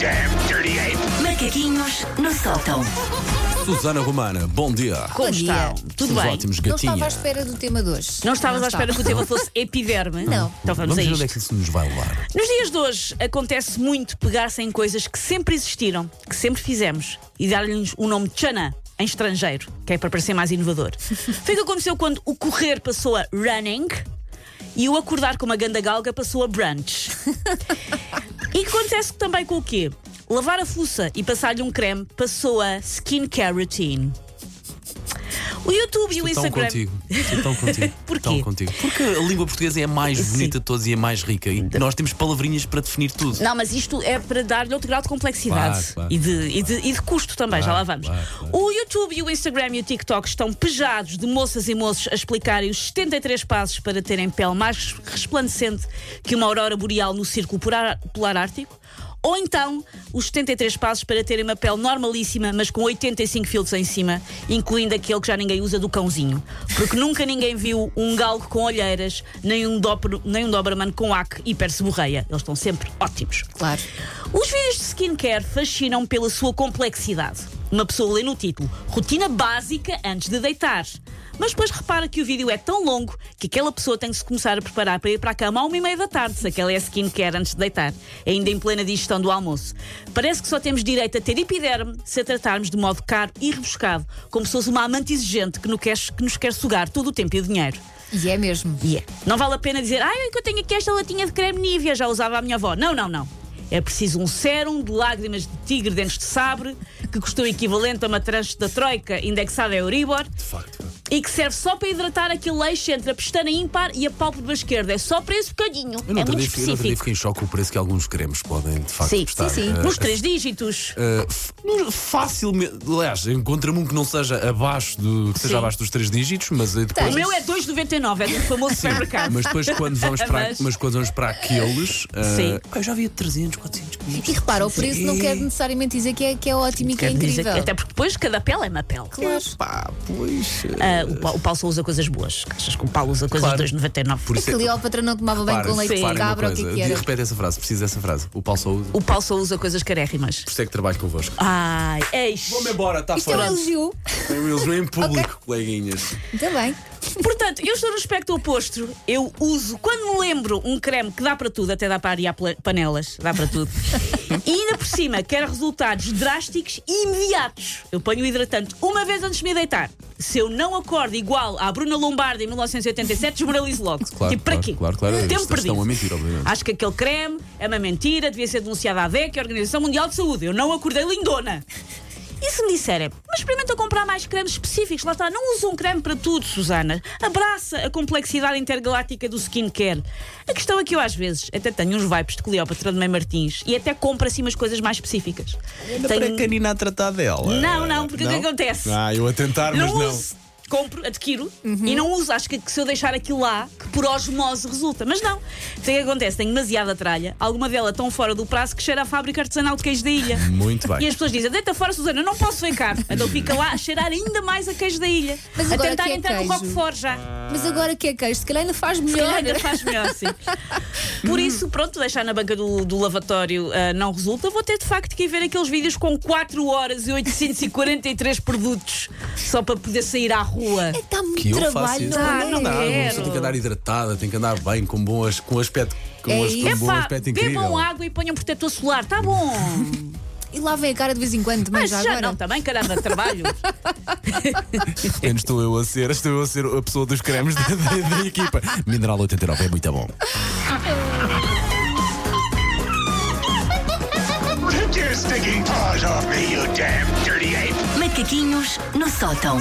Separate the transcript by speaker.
Speaker 1: damn dirty ape!
Speaker 2: Macaquinhos no sótão.
Speaker 3: Susana Romana, bom dia.
Speaker 4: Bom
Speaker 5: Como
Speaker 4: dia.
Speaker 5: estão? Tudo
Speaker 3: Somos
Speaker 5: bem?
Speaker 3: ótimos,
Speaker 4: Não
Speaker 3: gatinha.
Speaker 4: estava à espera do tema de hoje.
Speaker 5: Não estavas à espera que
Speaker 4: estava.
Speaker 5: o tema fosse epiderme?
Speaker 4: Não.
Speaker 5: Então vamos, a
Speaker 3: ver onde é
Speaker 5: isto.
Speaker 3: que isso nos vai levar.
Speaker 5: Nos dias de hoje acontece muito pegar-se em coisas que sempre existiram, que sempre fizemos, e dar-lhes o nome Chana em estrangeiro, que é para parecer mais inovador. Foi o que aconteceu quando o correr passou a running e o acordar com uma ganda galga passou a brunch. e que acontece também com o quê? Lavar a fuça e passar-lhe um creme passou a skincare routine. O YouTube e o
Speaker 3: Estou tão
Speaker 5: Instagram.
Speaker 3: contigo. Estou tão contigo.
Speaker 5: Porquê?
Speaker 3: Tão contigo. Porque a língua portuguesa é a mais
Speaker 5: Sim. Então.
Speaker 3: bonita de todas e é mais rica. E nós temos palavrinhas para definir tudo.
Speaker 5: Não, mas isto é para dar-lhe outro grau de complexidade
Speaker 3: Claro, claro.
Speaker 5: e, de, e de- e de custo também, já lá vamos.
Speaker 3: claro, claro.
Speaker 5: O YouTube e o Instagram e o TikTok estão pejados de moças e moços a explicarem os 73 passos para terem pele mais resplandecente que uma aurora boreal no Círculo Polar, Polar Ártico. Ou então os 73 passos para terem uma pele normalíssima, mas com 85 filtros em cima, incluindo aquele que já ninguém usa do cãozinho. Porque nunca ninguém viu um galgo com olheiras, nem um, dobro, nem um Doberman com ac e perceborreia. Eles estão sempre ótimos.
Speaker 3: é
Speaker 4: Claro.
Speaker 5: Os vídeos de skincare fascinam pela sua complexidade. Uma pessoa lê no título Rotina básica antes de deitar. Mas depois repara que o vídeo é tão longo que aquela pessoa tem que se começar a preparar para ir para a cama à uma e meia da tarde, se aquela é skincare antes de deitar, ainda em plena digestão do almoço. Parece que só temos direito a ter epiderme se a tratarmos de modo caro e rebuscado, como se fosse uma amante exigente que nos quer, que nos quer sugar todo o tempo e o dinheiro.
Speaker 4: E é mesmo.
Speaker 5: E é. Não vale a pena dizer, ai, é que eu tenho aqui esta latinha de creme Nivea, já usava a minha avó. Não, não, não. É preciso um sérum de lágrimas de tigre dentes de sabre, que custou o equivalente a uma tranche da Troika indexada a Euribor
Speaker 3: De facto.
Speaker 5: e que serve só para hidratar aquele eixo entre a pestana ímpar e a pálpebra esquerda. É só para esse bocadinho.
Speaker 3: Eu não
Speaker 5: é muito
Speaker 3: acredito
Speaker 5: específico.
Speaker 3: que em choque o preço que alguns cremes podem, de facto,
Speaker 5: Sim,
Speaker 3: custar.
Speaker 4: sim, sim.
Speaker 3: Eh,
Speaker 5: Nos três dígitos.
Speaker 3: Uh, f- não- facilmente, aliás, encontra-me um que não seja abaixo do, que
Speaker 5: Sim.
Speaker 3: seja abaixo dos três dígitos, mas aí depois
Speaker 5: O meu é 2,99, é do famoso supermercado.
Speaker 3: mas depois quando vamos para,
Speaker 5: Mas-
Speaker 3: mas quando vamos para aqueles, uh,
Speaker 5: Sim.
Speaker 3: ah, eu já havia 300, 400
Speaker 4: E
Speaker 3: pips.
Speaker 4: repara, o preço não quer necessariamente dizer que é, que é ótimo e que é
Speaker 5: Quer dizer
Speaker 4: incrível.
Speaker 5: que- Até porque depois cada pele é uma pele.
Speaker 4: Claro.
Speaker 3: Pá, pois. uh,
Speaker 5: Ah, o, Paulo, o Paulo só usa coisas boas. Achas que o Paulo usa coisas
Speaker 3: Claro.
Speaker 5: de 2,99?
Speaker 3: Por
Speaker 4: É
Speaker 3: é
Speaker 4: A Cleópatra não tomava bem
Speaker 3: reparem-
Speaker 4: com leite de
Speaker 3: reparem uma
Speaker 4: cabra, o que é
Speaker 3: coisa.
Speaker 4: que era?
Speaker 3: Repete essa frase, preciso dessa frase. O Paulo só usa.
Speaker 5: O Paulo só usa coisas carérrimas.
Speaker 3: Por isso é que trabalho convosco.
Speaker 5: Ai, eis.
Speaker 3: Vamos embora, está
Speaker 4: Isto é um
Speaker 3: fora.
Speaker 4: elogio.
Speaker 3: Em Reels, não é em público, coleguinhas.
Speaker 4: Muito bem.
Speaker 5: Portanto, eu estou no espectro oposto. Eu uso, quando me lembro, um creme que dá para tudo, até dá para arear pla- panelas, dá para tudo. e ainda por cima, quero resultados drásticos e imediatos. Eu ponho o hidratante uma vez antes de me deitar. Se eu não acordo igual à Bruna Lombardi em 1987, desmoralizo logo.
Speaker 3: Claro,
Speaker 5: tipo, para
Speaker 3: claro,
Speaker 5: quê?
Speaker 3: claro, claro.
Speaker 5: Tempo
Speaker 3: Estão
Speaker 5: perdido.
Speaker 3: a mentir, obviamente.
Speaker 5: Acho que aquele creme é uma mentira, devia ser denunciado à DEC, a Organização Mundial de Saúde. Eu não acordei lindona. E se me disserem, mas experimenta comprar mais cremes específicos, lá está, não usa um creme para tudo, Susana. Abraça a complexidade intergaláctica do skincare. A questão é que eu, às vezes, até tenho uns vibes de Cleópatra de Mãe Martins e até compro assim umas coisas mais específicas. Tenho-
Speaker 3: canina a tratar dela.
Speaker 5: Não, não, porque o que acontece?
Speaker 3: Ah, eu a tentar, mas
Speaker 5: não
Speaker 3: não.
Speaker 5: uso. Compro, adquiro e não uso. Acho que, que se eu deixar aquilo lá, que por osmose resulta. Mas não. Sei o que acontece. Tenho demasiada tralha. Alguma dela tão fora do prazo que cheira a fábrica artesanal de queijo da ilha.
Speaker 3: Muito bem.
Speaker 5: E as pessoas dizem: deita fora, Susana, eu não posso ficar. Então fica lá a cheirar ainda mais a queijo da ilha.
Speaker 4: Mas
Speaker 5: a
Speaker 4: agora
Speaker 5: tentar
Speaker 4: que é
Speaker 5: entrar no
Speaker 4: queijo.
Speaker 5: Roquefort já.
Speaker 3: Ah.
Speaker 4: Mas agora que é queijo, se calhar ainda faz
Speaker 5: Se calhar
Speaker 4: melhor.
Speaker 5: ainda faz melhor, sim. Por isso, pronto, deixar na banca do, do lavatório ah, não resulta. Vou ter de facto que ir ver aqueles vídeos com 4 horas e 843 produtos só para poder sair à rua.
Speaker 4: É, Dá
Speaker 3: que
Speaker 4: muito
Speaker 3: eu faço
Speaker 4: trabalho,
Speaker 3: isso.
Speaker 4: não
Speaker 5: Ah,
Speaker 4: é?
Speaker 3: não dá. Uma
Speaker 5: quero.
Speaker 3: pessoa tem que andar hidratada, tem que andar bem, com, boas, com um aspecto, com
Speaker 4: É
Speaker 3: as- com
Speaker 4: isso.
Speaker 3: um bom
Speaker 5: Epá,
Speaker 3: aspecto incrível.
Speaker 5: bebam água e ponham protetor solar, tá bom.
Speaker 4: E lavem a cara de vez em quando, mas,
Speaker 5: Mas já
Speaker 4: agora.
Speaker 5: não, também, caramba, trabalho.
Speaker 3: Menos estou eu a ser, estou eu a ser a pessoa dos cremes da, da- da equipa. Mineral 89 é muito bom.
Speaker 1: Take your stinking paws off me, you damn dirty ape!
Speaker 2: Macaquinhos no sótão.